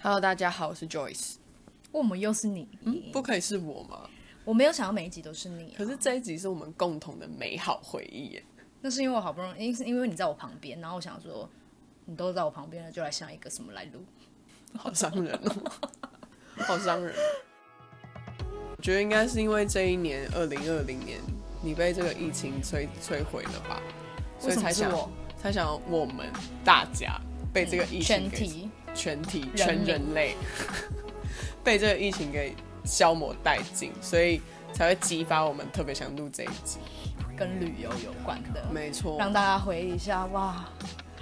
Hello，大家好，我是 Joyce。我们又是你，嗯不可以是我吗？我没有想到每一集都是你、啊可是这一集是我们共同的美好回忆耶。那是因为我好不容易，因是因为你在我旁边，然后我想说，你都在我旁边了，就来想一个什么来录。好伤人 哦，好伤人。我觉得应该是因为这一年，二零二零年，你被这个疫情摧摧毁了吧？所以才为什想么是我才想我们大家被这个疫情嗯全给、体全体人全民人类 被这个疫情给消磨殆尽，所以才会激发我们特别想录这一集。跟旅游有关的，没错，让大家回忆一下，哇，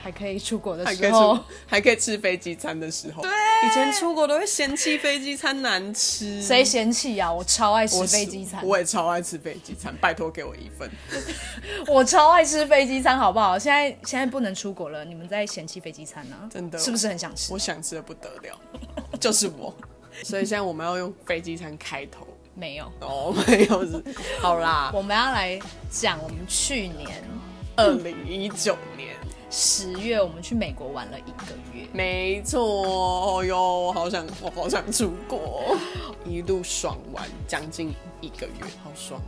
还可以出国的还可以时出候，还可以吃飞机餐的时候，对，以前出国都会嫌弃飞机餐难吃，谁嫌弃啊呀、我超爱吃我飞机餐，我也超爱吃飞机餐，拜托给我一 份。我超爱吃飞机餐，好不好？现在现在不能出国了，你们在嫌弃飞机餐呢、真的是不是很想吃我？想吃的不得了，就是我。所以现在我们要用飞机餐开头没有，哦，没有 是好啦，我们要来讲我们去年二零一九年，十月我们去美国玩了一个月，没错，哦哟，我好想我好想出国，一路爽玩将近一个月，好爽。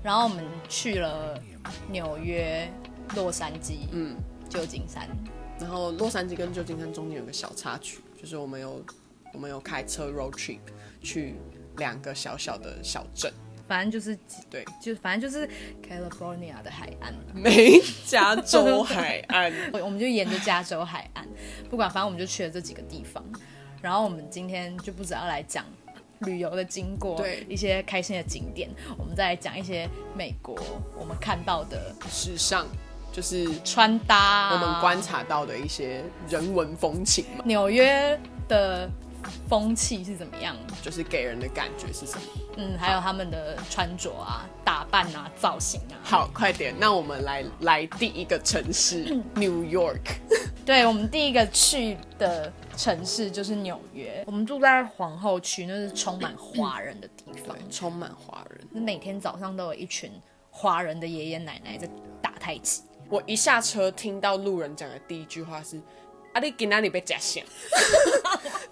然后我们去了纽约、洛杉矶、嗯嗯、旧金山，然后洛杉矶跟旧金山中间有个小插曲，就是我们有我们有开车 road trip 去两个小小的小镇，反正就是对，就反正就是 California 的海岸。啊美加州海岸。我们就沿着加州海岸，不管，反正我们就去了这几个地方。然后我们今天就不只要来讲旅游的经过，对一些开心的景点，我们再来讲一些美国我们看到的时尚就是穿搭啊，我们观察到的一些人文风情嘛，纽约的风气是怎么样，就是给人的感觉是什么？嗯，还有他们的穿着啊、打扮啊、造型啊。好，快点，那我们来来第一个城市 New York，对我们第一个去的城市就是纽约，我们住在皇后区，那是充满华人的地方对。，充满华人。每天早上都有一群华人的爷爷奶奶在打太极。我一下车听到路人讲的第一句话是：“啊，你今哪里被夹 响？”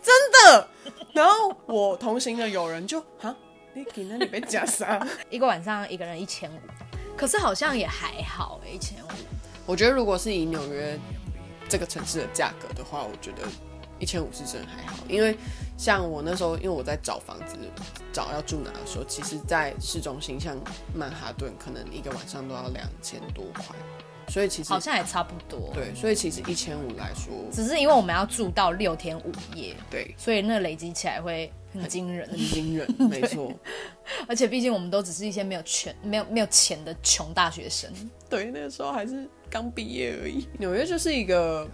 真的。然后我同行的友人就哈，你今哪里被夹啥？一个晚上一个人一千五，可是好像也还好欸一千五。 我觉得如果是以纽约这个城市的价格的话，我觉得一千五是真的还好，因为像我那时候，因为我在找房子找要住哪的时候，其实，在市中心像曼哈顿，可能一个晚上都要两千多块，所以其实好像也差不多。，对，所以其实一千五来说，只是因为我们要住到六天五夜，对，所以那累积起来会很惊人。 很惊人，没错。而且毕竟我们都只是一些没有钱、没有没有钱的穷大学生。对，那个时候还是刚毕业而已。纽约就是一个，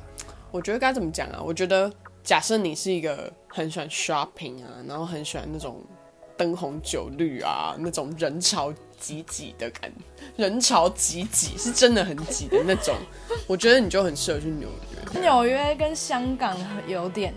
我觉得该怎么讲啊？我觉得假设你是一个很喜欢 shopping 啊，然后很喜欢那种灯红酒绿啊，那种人潮挤挤的感 人潮挤挤是真的很挤的那种，我觉得你就很适合去纽约。纽约跟香港有点，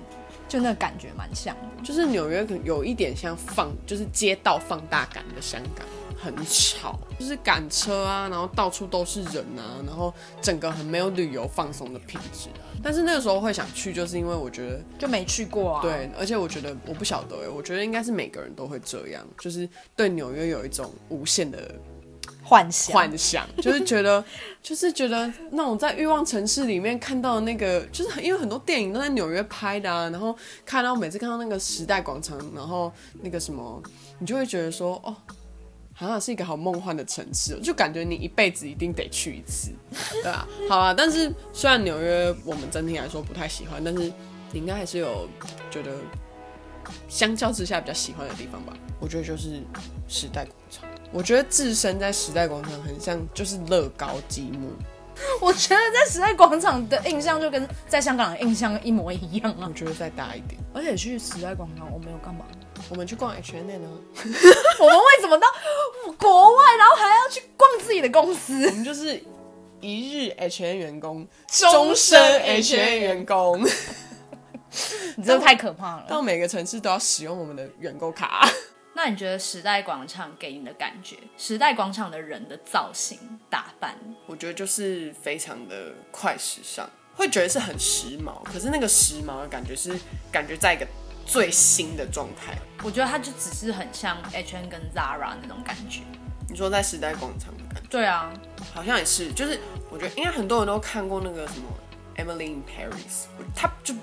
就那个感觉蛮像的。就是纽约可能有一点像放，就是街道放大感的香港，很吵，就是赶车啊，然后到处都是人啊，然后整个很没有旅游放松的品质。但是那个时候会想去，就是因为我觉得就没去过啊。，对，而且我觉得我不晓得哎、我觉得应该是每个人都会这样，就是对纽约有一种无限的幻想。幻想， 就是觉得，就是觉得那种在欲望城市里面看到的那个，就是因为很多电影都在纽约拍的啊，然后看到每次看到那个时代广场，然后那个什么，你就会觉得说，哦，好像是一个好梦幻的城市哦，就感觉你一辈子一定得去一 次，对啊，好啊，但是虽然纽约我们整体来说不太喜欢，但是你应该还是有觉得，相较之下比较喜欢的地方吧？我觉得就是时代广场。我觉得置身在时代广场很像就是乐高积木， 我觉得在时代广场的印象就跟在香港的印象一模一样啊我。觉得再大一点。而且去时代广场我没有干嘛， 我们去逛 H&M 呢，我们为什么到国外，然后还要去逛自己的公司我？们就是一日 H&M 员工，终身 H&M 员工， 你真的太可怕了。 到每个城市都要使用我们的员工卡。那你觉得时代广场给你的感觉？时代广场的人的造型、打扮，我觉得就是非常的快时尚，会觉得是很时髦，可是那个时髦的感觉是感觉在一个最新的状态。我觉得它就只是很像 H&M 跟 Zara 那种感觉。你说在时代广场的感对啊，觉，好像也是，就是我觉得应该很多人都看过那个什么 Emily in Paris，我它就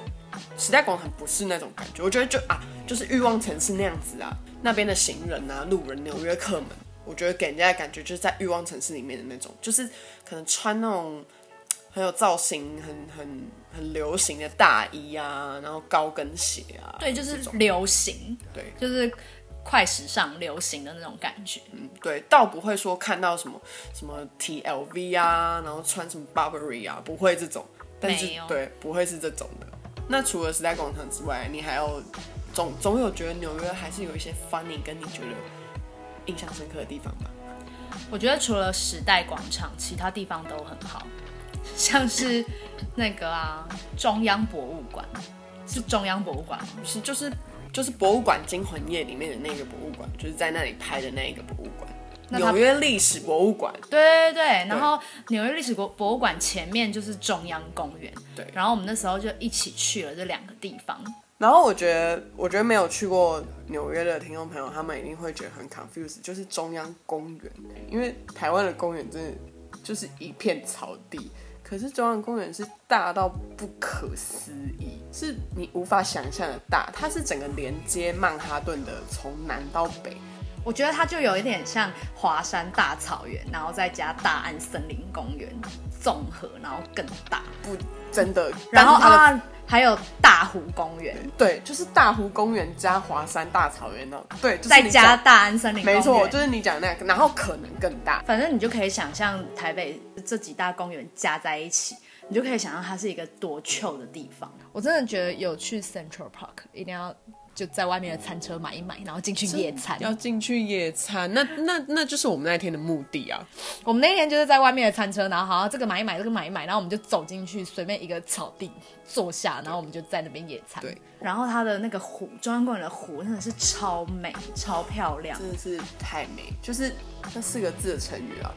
时代广场不是那种感觉，我觉得就啊，就是欲望城市那样子啊，那边的行人啊、路人、纽约客们，我觉得给人家的感觉就是在欲望城市里面的那种，就是可能穿那种很有造型、很很很流行的大衣啊，然后高跟鞋啊，对，就是这种流行，对就是快时尚流行的那种感觉。嗯对，倒不会说看到什么什么 TLV 啊，然后穿什么 Burberry 啊，不会这种。但是没有对，不会是这种的。那除了时代广场之外，你还有总总有觉得纽约还是有一些 funny 跟你觉得印象深刻的地方吧？我觉得除了时代广场，其他地方都很好，像是那个啊中央博物馆，是中央博物馆吗是就是就是博物馆《惊魂夜》里面的那个博物馆，就是在那里拍的那一个博物馆，那它纽约历史博物馆。对对对，然后纽约历史博博物馆前面就是中央公园，对然后我们那时候就一起去了这两个地方，然后我觉得，我觉得没有去过纽约的听众朋友，他们一定会觉得很 confused，就是中央公园，欸因为台湾的公园真的就是一片草地，可是中央公园是大到不可思议，是你无法想象的大，它是整个连接曼哈顿的从南到北，我觉得它就有一点像华山大草原，然后再加大安森林公园综合，然后更大，不真的，然后但是它的啊还有大湖公园，对，就是大湖公园加华山大草原那种，对，就是再你加讲大安森林公园，没错，就是你讲的那个，然后可能更大，反正你就可以想象台北这几大公园加在一起，你就可以想象它是一个多 chill 的地方。我真的觉得有去 Central Park 一定要就在外面的餐车买一买，然后进去野餐。要进去野餐，那那那就是我们那一天的目的啊。我们那天就是在外面的餐车，然后好这个买一买，这个买一买，然后我们就走进去随便一个草地坐下，然后我们就在那边野餐。对，然后它的那个湖，中央公园的湖真的是超美、超漂亮。真的是太美，就是那四个字的成语啊，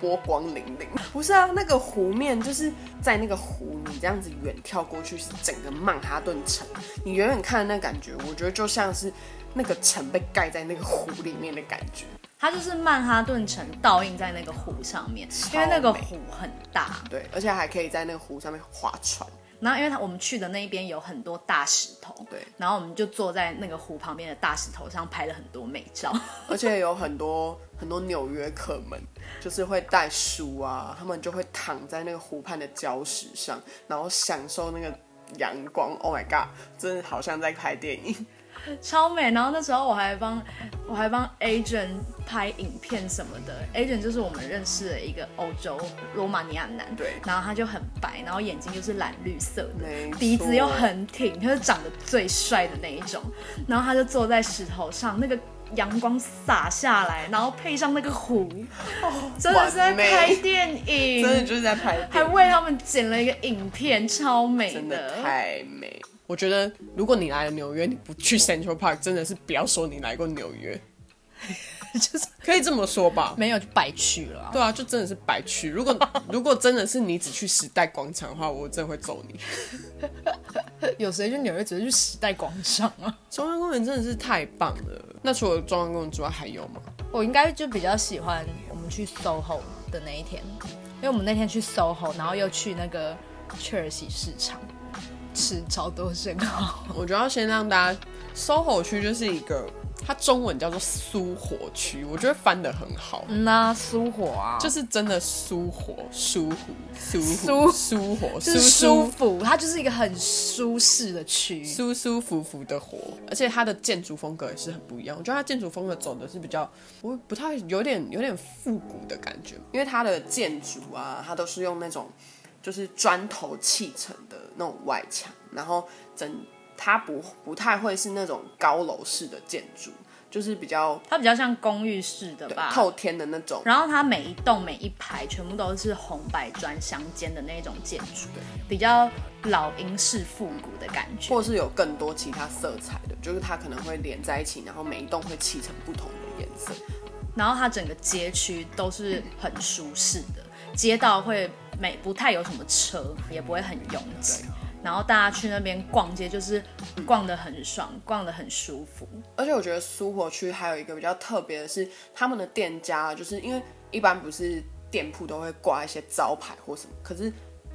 波光粼粼。不是啊，那个湖面就是在那个湖，你这样子远眺过去是整个曼哈顿城，你远远看的那感觉，我觉得就像是那个城被盖在那个湖里面的感觉。它就是曼哈顿城倒映在那个湖上面，因为那个湖很大，对，而且还可以在那个湖上面划船。然后因为他我们去的那一边有很多大石头，对然后我们就坐在那个湖旁边的大石头上拍了很多美照。而且有很多很多纽约客们，就是会带书啊，他们就会躺在那个湖畔的礁石上，然后享受那个阳光。Oh my god，真的好像在拍电影。超美。然后那时候我还帮我还帮 Agent 拍影片什么的，Agent 就是我们认识的一个欧洲罗马尼亚男，对然后他就很白，然后眼睛就是蓝绿色没的，错鼻子又很挺，他是长得最帅的那一种。然后他就坐在石头上，那个。阳光洒下来，然后配上那个湖，真的是在哦完美拍电影，真的就是在拍电嗯还影，为他们剪了一个影片，超美真的太美。我觉得如果你来了纽约，你不去 Central Park，真的是不要说你来过纽约， 就是可以这么说吧。没有就白去了啊、对啊，就真的是白去。如果如果真的是你只去时代广场的话，我真的会揍你。有谁去纽约只是去时代广场啊？中央公园真的是太棒了。那除了中央公园之外，还有吗？我应该就比较喜欢我们去 SOHO 的那一天，因为我们那天去 SOHO，然后又去那个切尔西市场吃超多生 蚝。我觉得要先让大家，SOHO 区就是一个，它中文叫做苏活区，我觉得翻得很好，嗯呐、苏火啊，就是是真的苏活、舒服、舒服、苏舒活、就舒是舒舒服，它就是一个很舒适的区域。舒舒服服的活，而且它的建筑风格也是很不一样。我觉得它建筑风格走的是比较，不不太有点有点复古的感觉，因为它的建筑啊，它都是用那种就是砖头砌成的那种外墙，然后整它不不太会是那种高楼式的建筑，就是比较它比较像公寓式的吧，透天的那种。然后它每一栋每一排全部都是红白砖相间的那种建筑，比较老英式复古的感觉。或是有更多其他色彩的，就是它可能会连在一起，然后每一栋会砌成不同的颜色。然后它整个街区都是很啊舒适的，街道会没不太有什么车，也不会很拥挤。然后大家去那边逛街，就是逛得很爽，逛得很舒服。而且我觉得苏活区还有一个比较特别的是，他们的店家就是因为一般不是店铺都会挂一些招牌或什么，可是你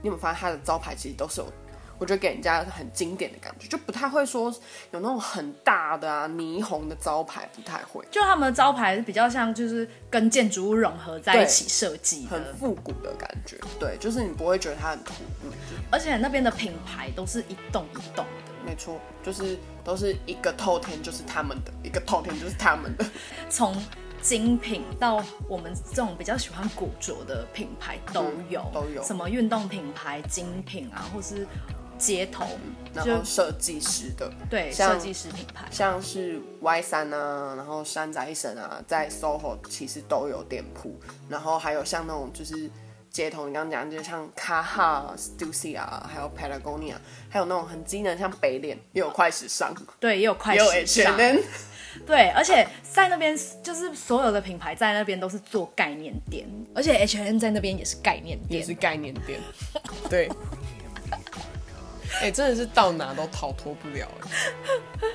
有没有发现他的招牌其实都是有，我觉得给人家很经典的感觉，就不太会说有那种很大的啊霓虹的招牌，不太会，就他们的招牌比较像就是跟建筑物融合在一起设计嗯很的，复古的感觉。对，就是你不会觉得它很突嗯兀。而且那边的品牌都是一栋一栋的。没错，就是都是一个透天就是他们的，一个透天就是他们的。从精品到我们这种比较喜欢古着的品牌都有，嗯都有什么运动品牌、精品啊，或是街头，然就后设计师的，对像设计师品牌。像是 Y 三啊，然后山宅一神啊，在 SOHO 其实都有店铺，然后还有像那种就是街头，你刚刚讲就是像卡哈、Stussy 啊，还有 Patagonia，还有那种很机能像北脸也有快时尚，对，也有快也有时尚， H&M，对，而且在那边就是所有的品牌在那边都是做概念店，而且 H&M 在那边也是概念店，概念店，对。 哎、真的是到哪都逃脱不了、哎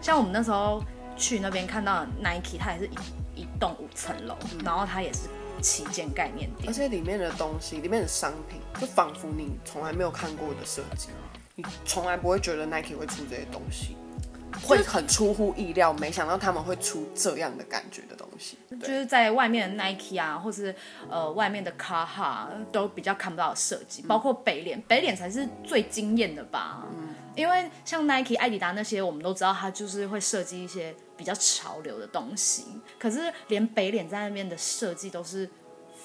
像我们那时候去那边看到 Nike，它也是一一栋五层楼，嗯然后它也是旗舰概念店而。且里面的东西，里面的商品，就仿佛你从来没有看过的设计，你从来不会觉得 Nike 会出这些东西，会很出乎意料，没想到他们会出这样的感觉的东西。就对，是在外面的 Nike 啊，或是呃外面的 Kaha 都比较看不到的设计，包括北脸，北脸才是最惊艳的吧。因为像 Nike、艾迪达那些，我们都知道它就是会设计一些比较潮流的东西，可是连北脸在那边的设计都是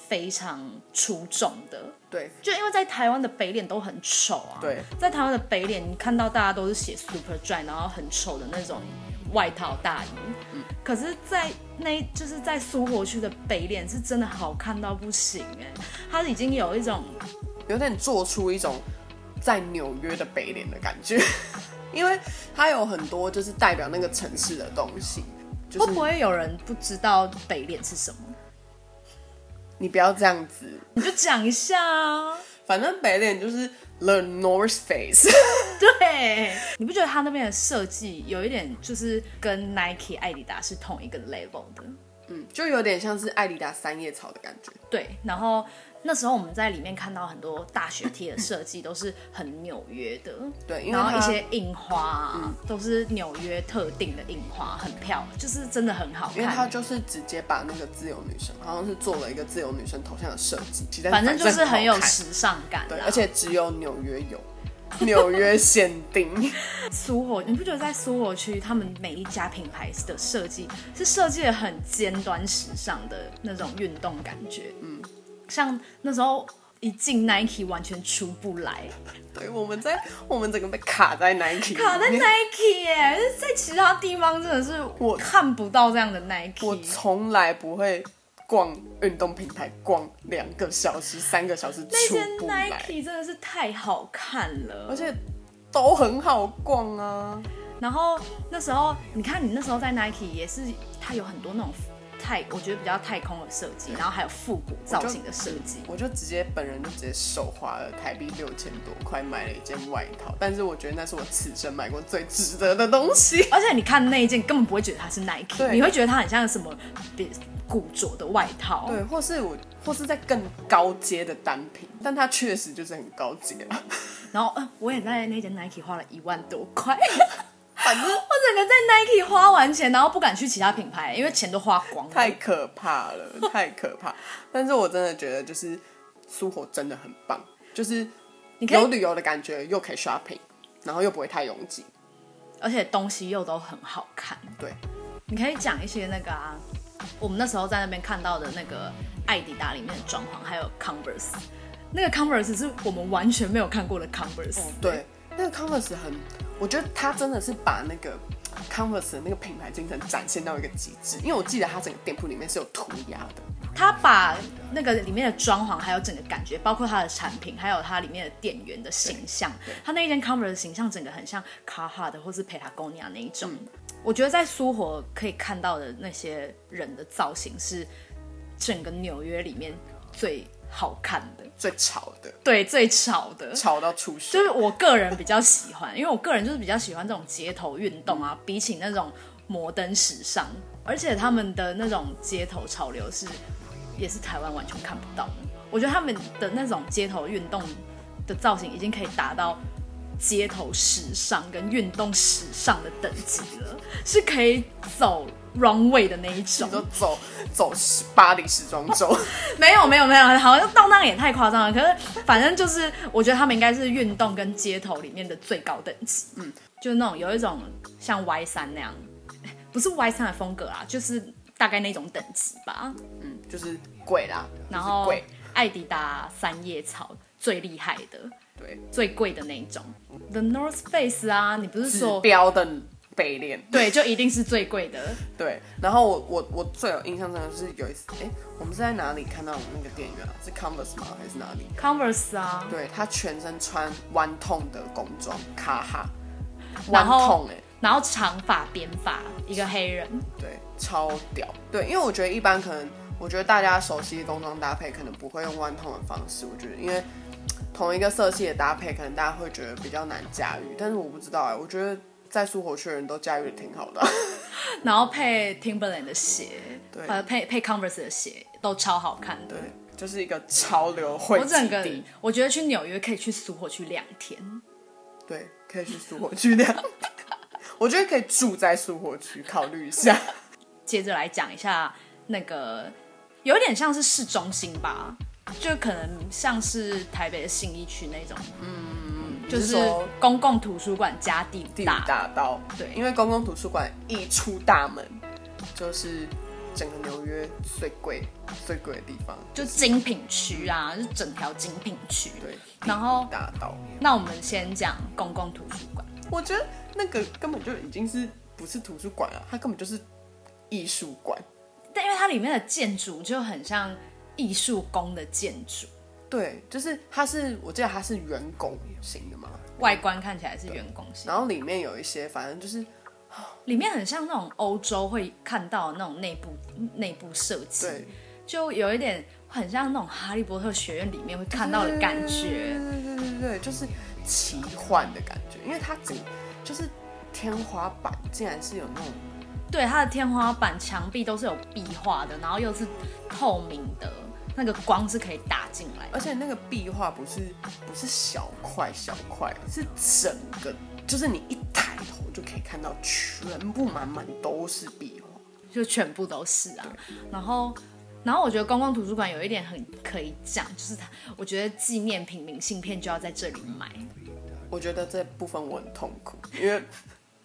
非常出众的。对，就因为在台湾的北脸都很丑啊，对，在台湾的北脸，你看到大家都是写 Super Dry，然后很丑的那种外套大衣，嗯可是在，那就是在苏活区的北脸是真的好看到不行哎、它已经有一种有点做出一种在纽约的北脸的感觉， 因为它有很多就是代表那个城市的东西。就会是不会有人不知道北脸是什么？你不要这样子，你就讲一下啊。 反正北脸就是 The North Face，对，你不觉得它那边的设计有一点就是跟 Nike、艾迪达是同一个 level 的？嗯，就有点像是艾迪达三叶草的感觉。对，然后那时候我们在里面看到很多大学贴的设计都是很纽约的， 对因为然后一它嗯些印花、啊都是纽约特定的印花，很漂亮，就是真的很好看。因为他就是直接把那个自由女神，好像是做了一个自由女神头像的设计，其实反正就是很有啊好看时尚感啦，对，而且只有纽约有，纽约限定， 苏活，你不觉得在苏活区，他们每一家品牌的设计是设计的很尖端时尚的那种运动感觉？嗯，像那时候一进 Nike 完全出不来，对，我们在我们整个被卡在 Nike，卡在里面 Nike 耶、在其他地方真的是我看不到这样的 Nike。我从来不会逛运动品牌逛两个小时、三个小时那出些不来， Nike 真的是太好看了而，且都很好逛啊，然后那时候你看，你那时候在 Nike 也是，它有很多那种太我觉得比较太空的设计，然后还有复古造型的设计。我就直接本人就直接手花了台币六千多块买了一件外套，但是我觉得那是我此生买过最值得的东西。 而且你看那一件根本不会觉得它是 Nike，对你会觉得它很像什么比古着的外套。对，或是我，或是在更高阶的单品，但它确实就是很高阶 了。然后，呃，我也在那件 Nike 花了一万多块。 反正 我整个在 Nike 花完钱，然后不敢去其他品牌，因为钱都花光了。太可怕了，太可怕。但是我真的觉得，就是苏活真的很棒，就是你可有以，旅游的感觉，又可以 shopping，然后又不会太拥挤。而且东西又都很好看。对，你可以讲一些那个啊，我们那时候在那边看到的那个艾迪达里面的装潢，还有 Converse。那个 Converse 是我们完全没有看过的 Converse，、对，那个 Converse 很，我觉得他真的是把那个 Converse 的那个品牌精神展现到一个极致，因为我记得他整个店铺里面是有涂鸦的。他把那个里面的装潢，还有整个感觉，包括它的产品，还有它里面的店员的形象，他那一间 Converse 的形象，整个很像 Carhartt 或是 Patagonia 那一种。我觉得在苏活可以看到的那些人的造型，是整个纽约里面最好看的，最吵的，对，最吵的。吵到出就水。是我个人比较喜欢， 因为我个人就是比较喜欢这种街头运动啊，比起那种摩登时尚，而且他们的那种街头潮流是也是台湾完全看不到的。我觉得他们的那种街头运动的造型已经可以达到街头时尚跟运动时尚的等级了，是可以走 runway 的那一种你。都走走巴黎时装周， 没有没有没有，好像动荡也太夸张了。可是反正就是，我觉得他们应该是运动跟街头里面的最高等级。嗯，就是那种有一种像 Y 三那样，不是 Y 三的风格啊，就是大概那种等级吧。嗯，就是贵啦，然后就是贵，艾迪达三叶草最厉害的、对，最贵的那一种，The North Face 啊，你不是指说标的背链，对，就一定是最贵的。对，然后我我我最有印象深的是有一次，哎，我们是在哪里看到我们那个店员啊？是 Converse 吗？还是哪里？ Converse 啊，对他全身穿弯筒的工装，卡哈，弯然后筒哎、然后长发编发，一个黑人，对，超屌。对，因为我觉得一般可能，我觉得大家熟悉的工装搭配可能不会用弯筒的方式，我觉得因为嘖同一个色系的搭配，可能大家会觉得比较难驾驭，但是我不知道哎、我觉得在苏活区的人都驾驭的挺好的。啊然后配 Timberland 的鞋，对呃，配配 Converse 的鞋都超好看的 对。，就是一个潮流汇我集整个地。，我觉得去纽约可以去苏活去两天，对，可以去苏活区的。 我觉得可以住在苏活区，考虑一下。接着来讲一下那个，有点像是市中心吧，就可能像是台北的信义区那种，嗯，就你是是说公共图书馆加地第五五大，大道，对因为公共图书馆一出大门，就是整个纽约最贵、最贵的地方，就精品区啊，就整条精品区。对，然后第五大道，那我们先讲公共图书馆，我觉得那个根本就已经是不是图书馆了，它根本就是艺术馆，但因为它里面的建筑就很像艺术宫的建筑。对，就是它是我记得它是圆拱形的嘛，外观看起来是员工型，然后里面有一些反正就是里面很像那种欧洲会看到的那种内部内部设计，对就有一点很像那种哈利波特学院里面会看到的感觉。对对对对对，就是奇幻的感觉，因为它整就是天花板竟然是有那种。对，它的天花板、墙壁都是有壁画的，然后又是透明的，那个光是可以打进来的。而且那个壁画不是不是小块小块，是整个，就是你一抬头就可以看到全部满满都是壁画。就全部都是啊。然后，然后我觉得公共图书馆有一点很可以讲，就是它，我觉得纪念品、明信片就要在这里买。我觉得这部分我很痛苦，因为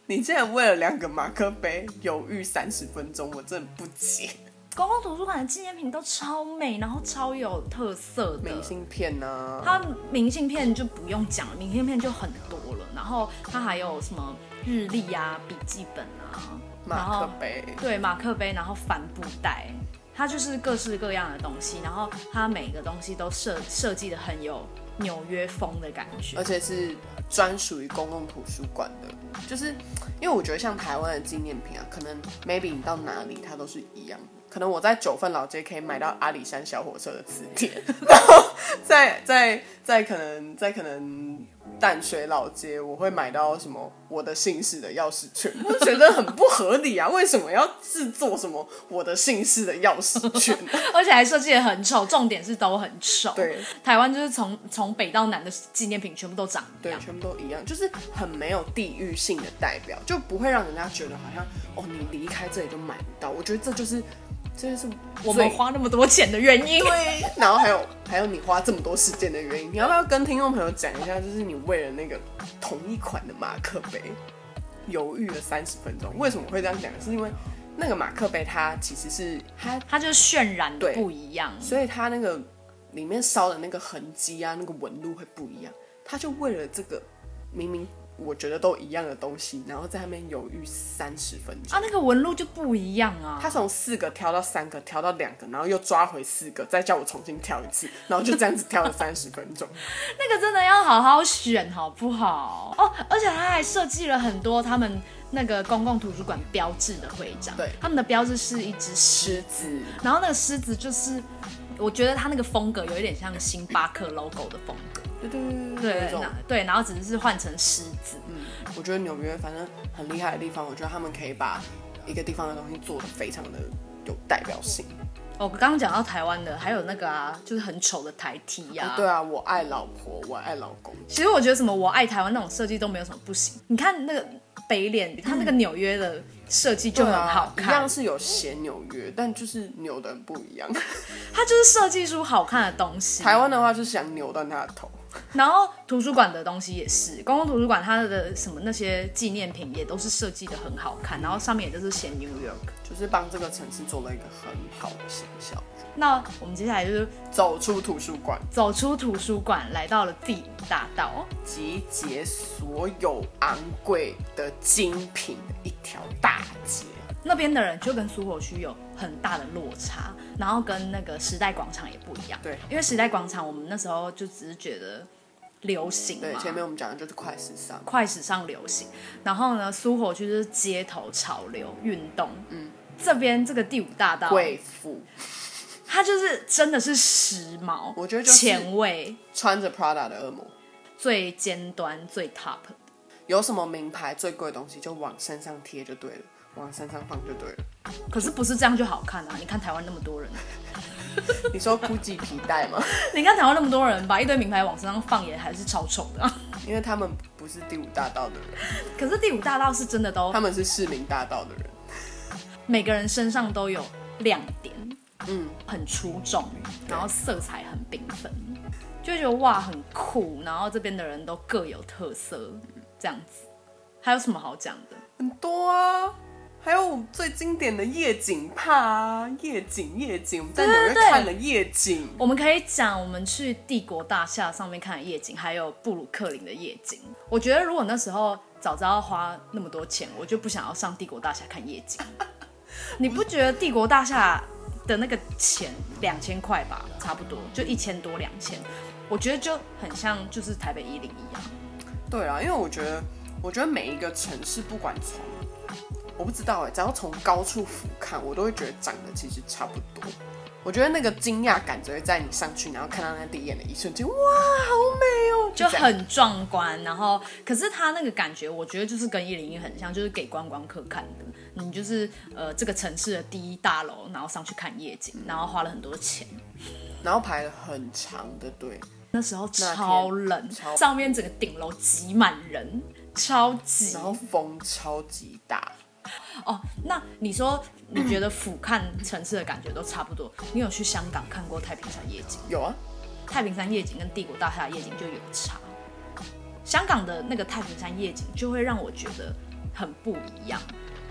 你竟然为了两个马克杯犹豫三十分钟，我真的不解。公共图书馆的纪念品都超美，然后超有特色的。明信片呢、啊？它明信片就不用讲了，明信片就很多了。然后它还有什么日历啊、笔记本啊，然马后克杯，对马克杯，然后帆布袋，它就是各式各样的东西。然后它每个东西都设设计的很有纽约风的感觉而。且是专属于公共图书馆的，就是因为我觉得像台湾的纪念品啊，可能 maybe 你到哪里它都是一样的。可能我在九份老街可以买到阿里山小火车的磁铁， 然后在在在可能在可能淡水老街，我会买到什么我的姓氏的钥匙圈，我觉得很不合理啊！为什么要制作什么我的姓氏的钥匙圈？而且还设计的很丑，重点是都很丑。对，台湾就是从从北到南的纪念品全部都长一对样，。全部都一样，就是很没有地域性的代表，就不会让人家觉得好像哦，你离开这里就买不到。我觉得这就是，这就是我们最花那么多钱的原因。对，然后还有还有你花这么多时间的原因，你要不要跟听众朋友讲一下，就是你为了那个同一款的马克杯犹豫了三十分钟，为什么会这样讲？是因为那个马克杯它其实是它它就是渲染的对不一样，所以它那个里面烧的那个痕迹啊，那个纹路会不一样。他就为了这个，明明我觉得都一样的东西，然后在那边犹豫三十分钟。啊，那个纹路就不一样啊。他从四个挑到三个，挑到两个，然后又抓回四个，再叫我重新挑一次，然后就这样子挑了三十分钟。那个真的要好好选，好不好？哦，而且他还设计了很多他们那个公共图书馆标志的徽章。对他们的标志是一只狮，狮子，然后那个狮子就是我觉得它那个风格有一点像星巴克 logo 的风格，对对对对那种嗯那对，然后只是换成狮子，我觉得纽约反正很厉害的地方，我觉得他们可以把一个地方的东西做的非常的有代表性。哦，刚刚讲到台湾的，还有那个啊，就是很丑的台梯呀、对啊，我爱老婆，我爱老公。其实我觉得什么我爱台湾那种设计都没有什么不行。你看那个北脸，它那个纽约的设计就很好对啊一看，样是有写纽约，但就是扭的很不一样。 它就是设计出好看的东西。台湾的话就是想扭断他的头，然后图书馆的东西也是，公共图书馆它的什么那些纪念品也都是设计的很好看，然后上面也就是写 New York。就是帮这个城市做了一个很好的形象。那我们接下来就是走出图书馆，走出图书馆，来到了第五大道。集结所有昂贵的精品的一条大街。那边的人就跟苏活区有很大的落差，然后跟那个时代广场也不一样。对，因为时代广场我们那时候就只是觉得流行对，嘛，前面我们讲的就是快时尚，快时尚流行，然后呢，苏活区就是街头潮流运动。嗯，这边这个第五大道，贵妇它就是真的是时髦，我觉得就是前卫、穿着 Prada 的恶魔。最尖端、最 top 的有什么名牌最贵的东西就往身上贴就对了，往身上放就对了。可是不是这样就好看啊！你看台湾那么多人， 你说 GUCCI 皮带吗？ 你看台湾那么多人把一堆名牌往身上放，也还是超丑的啊、 因为他们不是第五大道的人，可是第五大道是真的都他们是市民大道的人。每个人身上都有亮点，嗯，很出众，对然后色彩很缤纷，就会觉得哇很酷，然后这边的人都各有特色，这样子，还有什么好讲的？很多啊，还有我们最经典的夜景帕啊，夜景夜景，我们在纽对约对对看了夜景，我们可以讲我们去帝国大厦上面看的夜景，还有布鲁克林的夜景。我觉得如果那时候早知道花那么多钱，我就不想要上帝国大厦看夜景。你不觉得帝国大厦的那个钱两千块吧，差不多就一千多两千，我觉得就很像就是台北一零一样。对啊，因为我觉得，我觉得每一个城市，不管从，我不知道哎、只要从高处俯瞰，我都会觉得长得其实差不多。我觉得那个惊讶感只会在你上去，然后看到那第一眼的一瞬间，哇，好美哦，就这样很壮观，然后可是它那个感觉，我觉得就是跟一零一很像，就是给观光客看的。你就是呃这个城市的第一大楼，然后上去看夜景，然后花了很多钱。然后排了很长的队，那时候那天超冷，超上面整个顶楼挤满人，超级然后风超级大。哦。那你说你觉得俯瞰城市的感觉都差不多？你有去香港看过太平山夜景？有啊，太平山夜景跟帝国大厦夜景就有差。香港的那个太平山夜景就会让我觉得很不一样，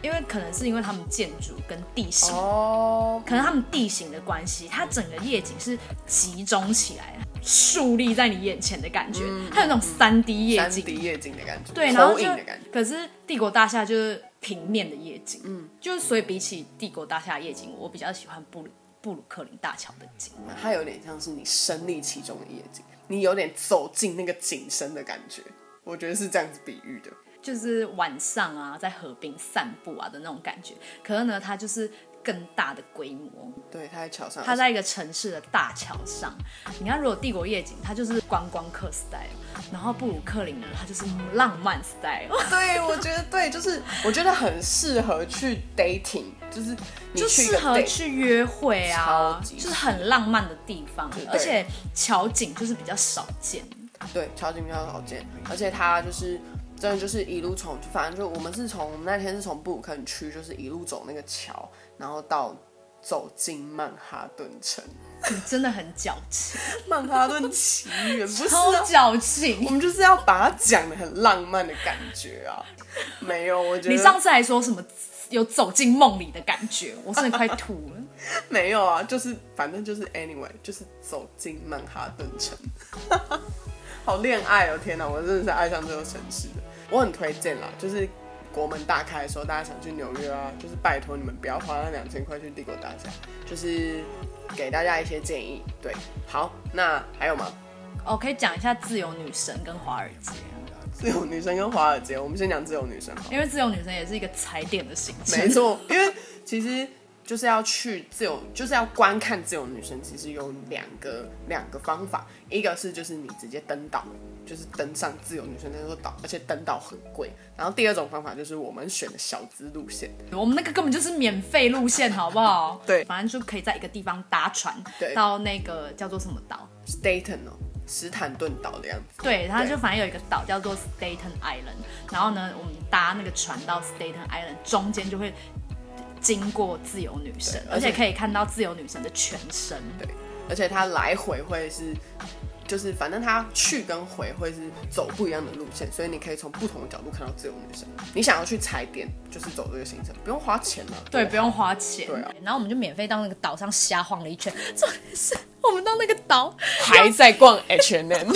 因为可能是因为他们建筑跟地形，哦，可能他们地形的关系，它整个夜景是集中起来，竖立在你眼前的感觉，它有那种三 D 嗯夜三景 D 夜景的感觉，对，然后投就影的感觉。可是帝国大厦就是平面的夜景，嗯，就是所以比起帝国大厦夜景，我比较喜欢布鲁布鲁克林大桥的景。它有点像是你身临其中的夜景，你有点走进那个景深的感觉，我觉得是这样子比喻的。就是晚上啊，在河滨散步啊的那种感觉。可是呢，它就是更大的规模，对，它在桥上，它在一个城市的大桥上。你看，如果帝国夜景，它就是观光客 style，然后布鲁克林呢，它就是浪漫 style， 对我觉得对，就是我觉得很适合去 dating，就是你 就去一适个合 date，去约会啊超，级就是很浪漫的地方对，而且桥景就是比较少见。对，超级比较少见，而且它就是。真的就是一路从，反正就我们是从我们那天是从布鲁克林区，就是一路走那个桥，然后到走进曼哈顿 城，你真的很矫情，曼哈顿奇缘不 是、超啊、矫我情。们就是要把它讲的很浪漫的感觉啊。没有，我觉得你上次还说什么有走进梦里的感觉，我真的快吐了。没有啊，就是反正就是 anyway，就是走进曼哈顿城， 好恋爱哦！天哪，我真的是爱上这座城市的。我很推荐啦，就是国门大开的时候，大家想去纽约啊，就是拜托你们不要花那两千块去帝国大厦，就是给大家一些建议。对，好，那还有吗？哦，可以讲一下自由女神跟华尔街啊，自由女神跟华尔街，我们先讲自由女神好了。因为自由女神也是一个踩点的行程。没，错，因为其实就是要去自由，就是要观看自由女神，其实有两个两个方法，一个是就是你直接登岛，就是登上自由女神那座岛，而且登岛很贵。然后第二种方法就是我们选的小资路线，我们那个根本就是免费路线，好不好？对反正就可以在一个地方搭船对到那个叫做什么岛。 s t a t o n 哦，斯坦顿岛的样子。对，它对就反正有一个岛叫做 Staten Island，然后呢，我们搭那个船到 Staten Island，中间就会经过自由女神，对而而且且可以看到自由女神的全身。对，而且它来回会是，就是反正它去跟回会是走不一样的路线，所以你可以从不同的角度看到自由女神。你想要去踩点，就是走这个行程，不用花钱啊了。对，不用花钱。对啊然后我们就免费到那个岛上瞎晃了一圈。重点是我们到那个岛，还在逛 H&M，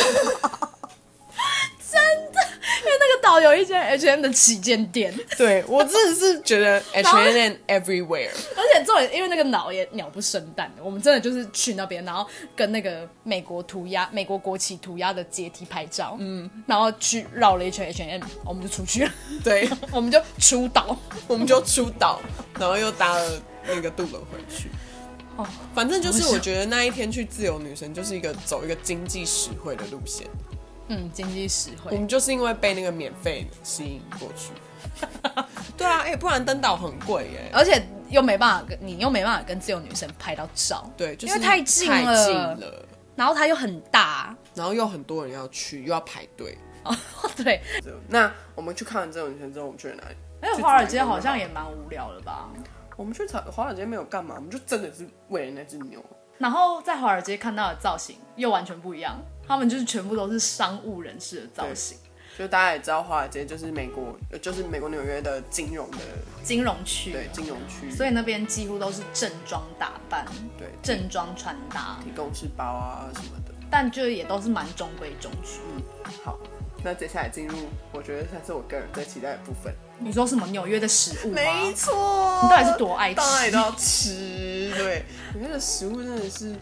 因为那个岛有一间 H&M 的旗舰店， 对我真的是觉得 H&M everywhere。而且重点因为那个岛也鸟不生蛋的，我们真的就是去那边，然后跟那个美国涂鸦、美国国旗涂鸦的阶梯拍照，嗯，然后去绕了一圈 H&M，我们就出去了， 对，我们就出岛。我们就出岛，然后又搭了那个渡轮回去。哦，反正就是我我想觉得那一天去自由女神就是一个走一个经济实惠的路线。嗯，经济实我惠。们就是因为被那个免费吸引过 去。对啊，哎、不然登岛很贵耶。而且又没办法跟你又没办法跟自由女神拍到照，对，就是因为太近太近了了，然后它又很大，然后又很多人要去，又要排队。哦，对，那我们去看完这种女生之后，我们去了哪里？而且华尔街好像也蛮无聊的吧？我们去华华尔街没有干嘛，我们就真的是为了那只牛。然后在华尔街看到的造型又完全不一样，他们就是全部都是商务人士的造型，就大家也知道，华尔街就是美国，呃就是美国纽约的金融的金融区，对金融区，所以那边几乎都是正装打扮、对正装穿搭，提供式包啊什么的。但就也都是蛮中规中矩。嗯好，那接下来进入我觉得算是我个人最期待的部分。你说什么纽约的食物吗？没错，你到底是多爱吃到哪里都要吃。对，纽约的食物真的是，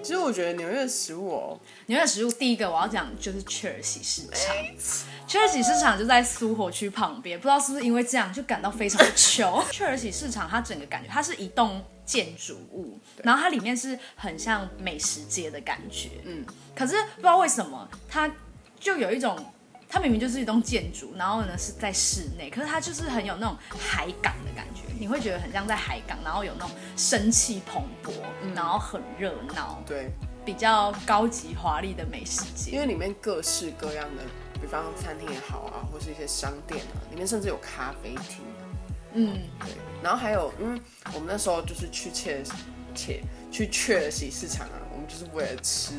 其实我觉得纽约的食物哦，纽约的食物第一个我要讲就是切尔西市场。切尔西市场就在苏活区旁边，不知道是不是因为这样就感到非常的穷。切尔西市场它整个感觉它是一栋建筑物，然后它里面是很像美食街的感觉，嗯，可是不知道为什么它就有一种。它明明就是一栋建筑，然后呢是在室内，可是它就是很有那种海港的感觉，你会觉得很像在海港，然后有那种生气蓬勃，然后很热闹，对，比较高级华丽的美食因街。为里面各式各样的，比方餐厅也好啊，或是一些商店啊，里面甚至有咖啡厅、啊嗯，对，然后还有，嗯，我们那时候就是去切切去切尔西市场啊，我们就是为了吃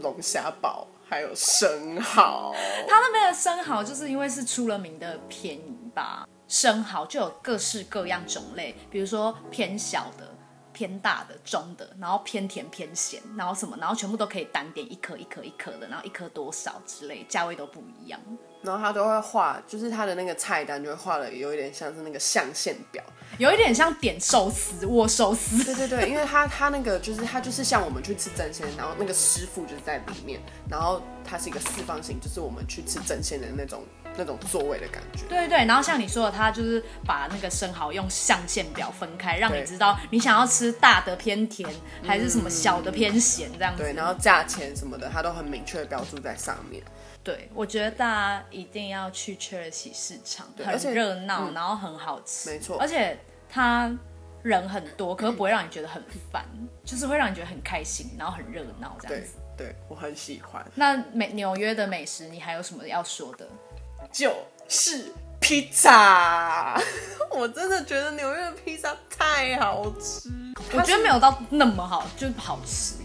龙虾堡，还有生蚝。它那边的生蚝就是因为是出了名的便宜吧，生蚝就有各式各样种类，比如说偏小的。偏大的、中的，然后偏甜偏咸，然后什么，然后全部都可以单点一颗一颗一颗的，然后一颗多少之类，价位都不一样。然后他都会画，就是他的那个菜单就会画的有一点像是那个象限表。有一点像点寿司、握寿司，对对对，因为他他那个就是他就是像我们去吃真鲜，然后那个师傅就是在里面，然后它是一个四方形，就是我们去吃真鲜的那种那种座位的感觉。对对对，然后像你说的，它就是把那个生蚝用象限表分开，让你对知道你想要吃大的偏甜，还是什么小的偏咸这样子。对，然后价钱什么的，他都很明确地标注在上面。对，我觉得大家一定要去切尔西市场，而且嗯很热闹，然后很好吃，没错而且它人很多，可是不会让你觉得很烦，就是会让你觉得很开心，然后很热闹这样对子。对，我很喜欢，那美纽约的美食，你还有什么要说的？就是披萨， 我真的觉得纽约的披萨太好吃。我觉得没有到那么好，就是好吃，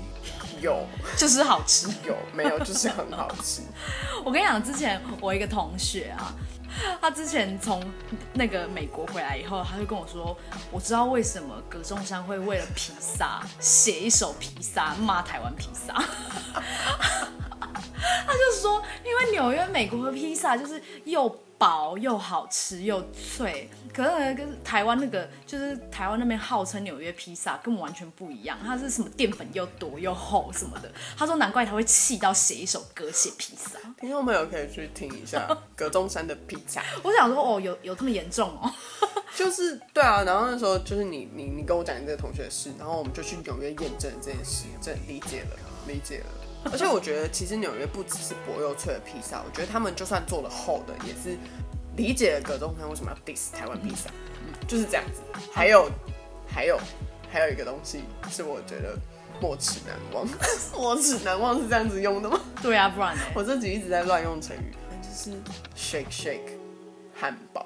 有就是好吃。有没有就是很好吃。 我跟你讲，之前我一个同学啊，他之前从那个美国回来以后，他就跟我说，我知道为什么葛仲山会为了披萨写一首披萨骂台湾披萨。 他就说，因为纽约美国的披萨就是又薄又好吃又脆，可是呢跟台湾那个就是台湾那边号称纽约披萨根本完全不一样，它是什么淀粉又多又厚什么的。他说难怪他会气到写一首歌写披萨。听众朋友可以去听一下葛中山的披萨， 我想说，哦，有有这么严重哦？就是对啊，然后那时候就是你你你跟我讲你这个同学的事，然后我们就去纽约验证这件事，真的理解了，理解了。而且我觉得其实纽约不只是薄又脆的披萨，我觉得他们就算做了厚的，也是理解了葛中山为什么要 diss 台湾披萨，就是这样子。还有还有还有一个东西是我觉得莫齿难忘，莫齿难忘是这样子用的吗？对啊，不然呢？我这集一直在乱用成语，那就是 shake shake 汉堡，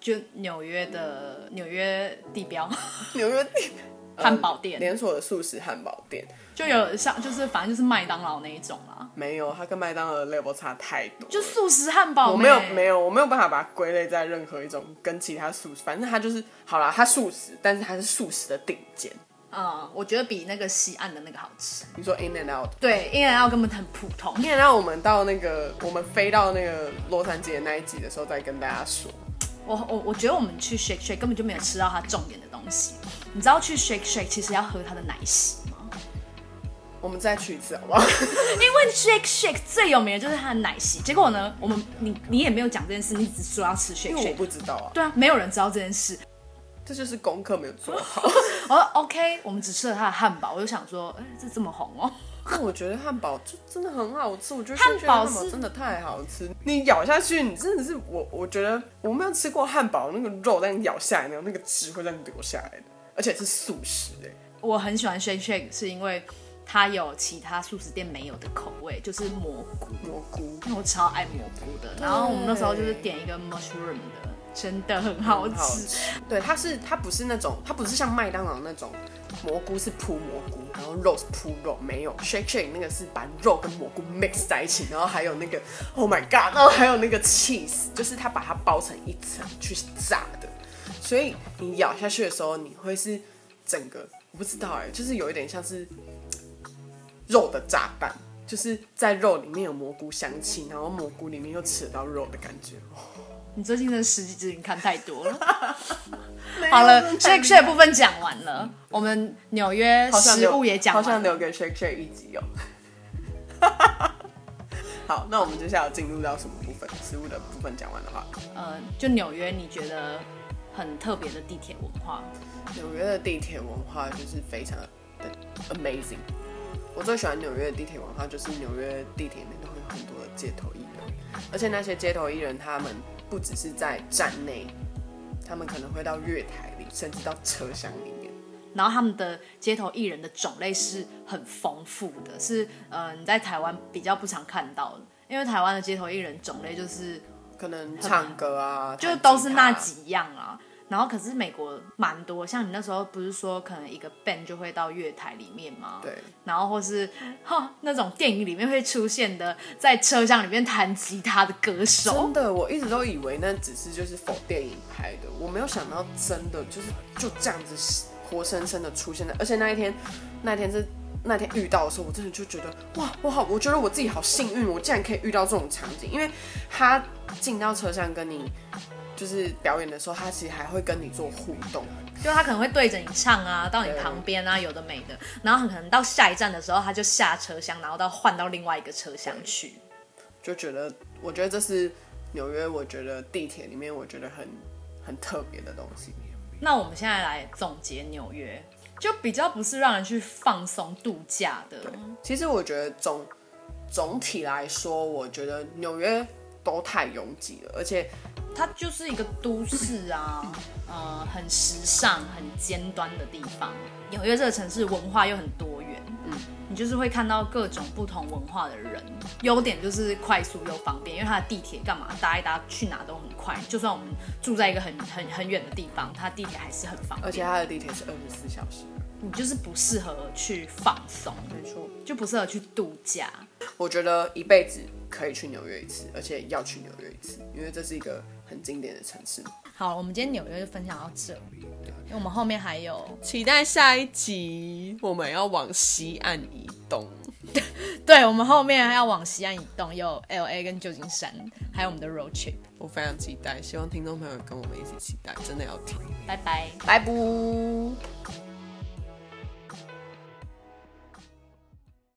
就纽约的纽约地标纽约地汉堡店，呃连锁的素食汉堡店就有像就是反正就是麦当劳那一种啦，没有，它跟麦当劳的 level 差太多了。就素食汉堡。我没有没有我没有办法把它归类在任何一种跟其他素食，反正它就是好啦，它素食，但是它是素食的顶尖。嗯，我觉得比那个西岸的那个好吃。你说 In and Out，In 对，In and Out 根本很普通。 and Out，我们到那个我们飞到那个洛杉矶的那一集的时候再跟大家说。我我我觉得我们去 Shake Shake 根本就没有吃到它重点的东西。你知道去 Shake Shake 其实要喝它的奶 昔吗？我们再去一次好 不好？因为 Shake Shake 最有名的就是它的奶昔。结果呢，我们你你也没有讲这件事，你只说要吃 Shake 因为我 Shake。不知道啊，对啊，没有人知道这件事。这就是功课没有做好。我说哦 OK，我们只吃了它的汉堡，我就想说，哎、这这么红哦。但我觉得汉堡就真的很好吃，我觉得轩轩汉堡的汉堡是真的太好吃。你咬下去，你真的是我，我觉得我没有吃过汉堡那个肉，但你咬下来呢，那个汁会让你流下来的，而且是素食哎、我很喜欢 Shake Shake 是因为它有其他素食店没有的口味，就是蘑菇。蘑菇因为我超爱蘑菇的，然后我们那时候就是点一个 mushroom 的，真的很好很好吃。吃。对，它是它不是那种，它不是像麦当劳那种蘑菇是铺蘑菇，然后肉是铺肉，没有 shake shake 那个是把肉跟蘑菇 mix 在一起，然后还有那个 oh my god，然后还有那个 cheese，就是它把它包成一层去炸的，所以你咬下去的时候，你会是整个我不知道哎、就是有一点像是肉的炸弹。就是在肉里面有蘑菇香气，然后蘑菇里面又吃得到肉的感觉。你最近的十几集你看太 多了。好好哎了，shake shake 部分讲完了，我们纽约好想食留物也讲好想完了。留给 Shake Shake 一集哦。哦 好，那我们接下来进入到什么部分？食物的部分讲完的话，呃，就纽约，你觉得很特别的地铁文化？纽约的地铁文化就是非常的 amazing。我最喜欢纽约的地铁文化，就是纽约地铁里面都会有很多的街头艺人，而且那些街头艺人他们不只是在站内，他们可能会到月台里，甚至到车厢里面。然后他们的街头艺人的种类是很丰富的，是呃你在台湾比较不常看到的，因为台湾的街头艺人种类就是可能唱歌啊，就弹都吉是他那几样啊。然后可是美国蛮多，像你那时候不是说可能一个 band 就会到月台里面啊吗？。对，然后或是哈那种电影里面会出现的，在车厢里面弹吉他的歌手真，的，我一直都以为那只是就是否电影拍的，我没有想到真的就是就这样子活生生的出现了。而且那一天，那一天是那天遇到的时候，我真的就觉得哇，我好，我觉得我自己好幸运，我竟然可以遇到这种场景。因为他进到车厢跟你就是表演的时候，他其实还会跟你做互动。就他可能会对着你唱啊，到你对旁边啊，有的没的。然后很可能到下一站的时候，他就下车厢，然后到换到另外一个车厢去。就觉得，我觉得这是纽约，我觉得地铁里面我觉得很很特别的东西。那我们现在来总结纽约，就比较不是让人去放松度假的。其实我觉得总总体来说，我觉得纽约都太拥挤了，而且它就是一个都市啊，呃，很时尚、很尖端的地方。纽约这个城市文化又很多元，嗯，你就是会看到各种不同文化的人。优点就是快速又方便，因为它的地铁干嘛搭一搭去哪都很快。就算我们住在一个很很很远的地方，它地铁还是很方而且便。它的地铁是二十四小时。你就是不适合去放松，没错，就不适合去度假。我觉得一辈子可以去纽约一次，而且要去纽约一次，因为这是一个很经典的城市。好，我们今天纽约就分享到这，因为我们后面还有期待下一集，我们要往西岸移动。对，我们后面还要往西岸移动，有 L A 跟旧金山，还有我们的 road trip。我非常期待，希望听众朋友跟我们一起期待，真的要听。拜拜。拜拜。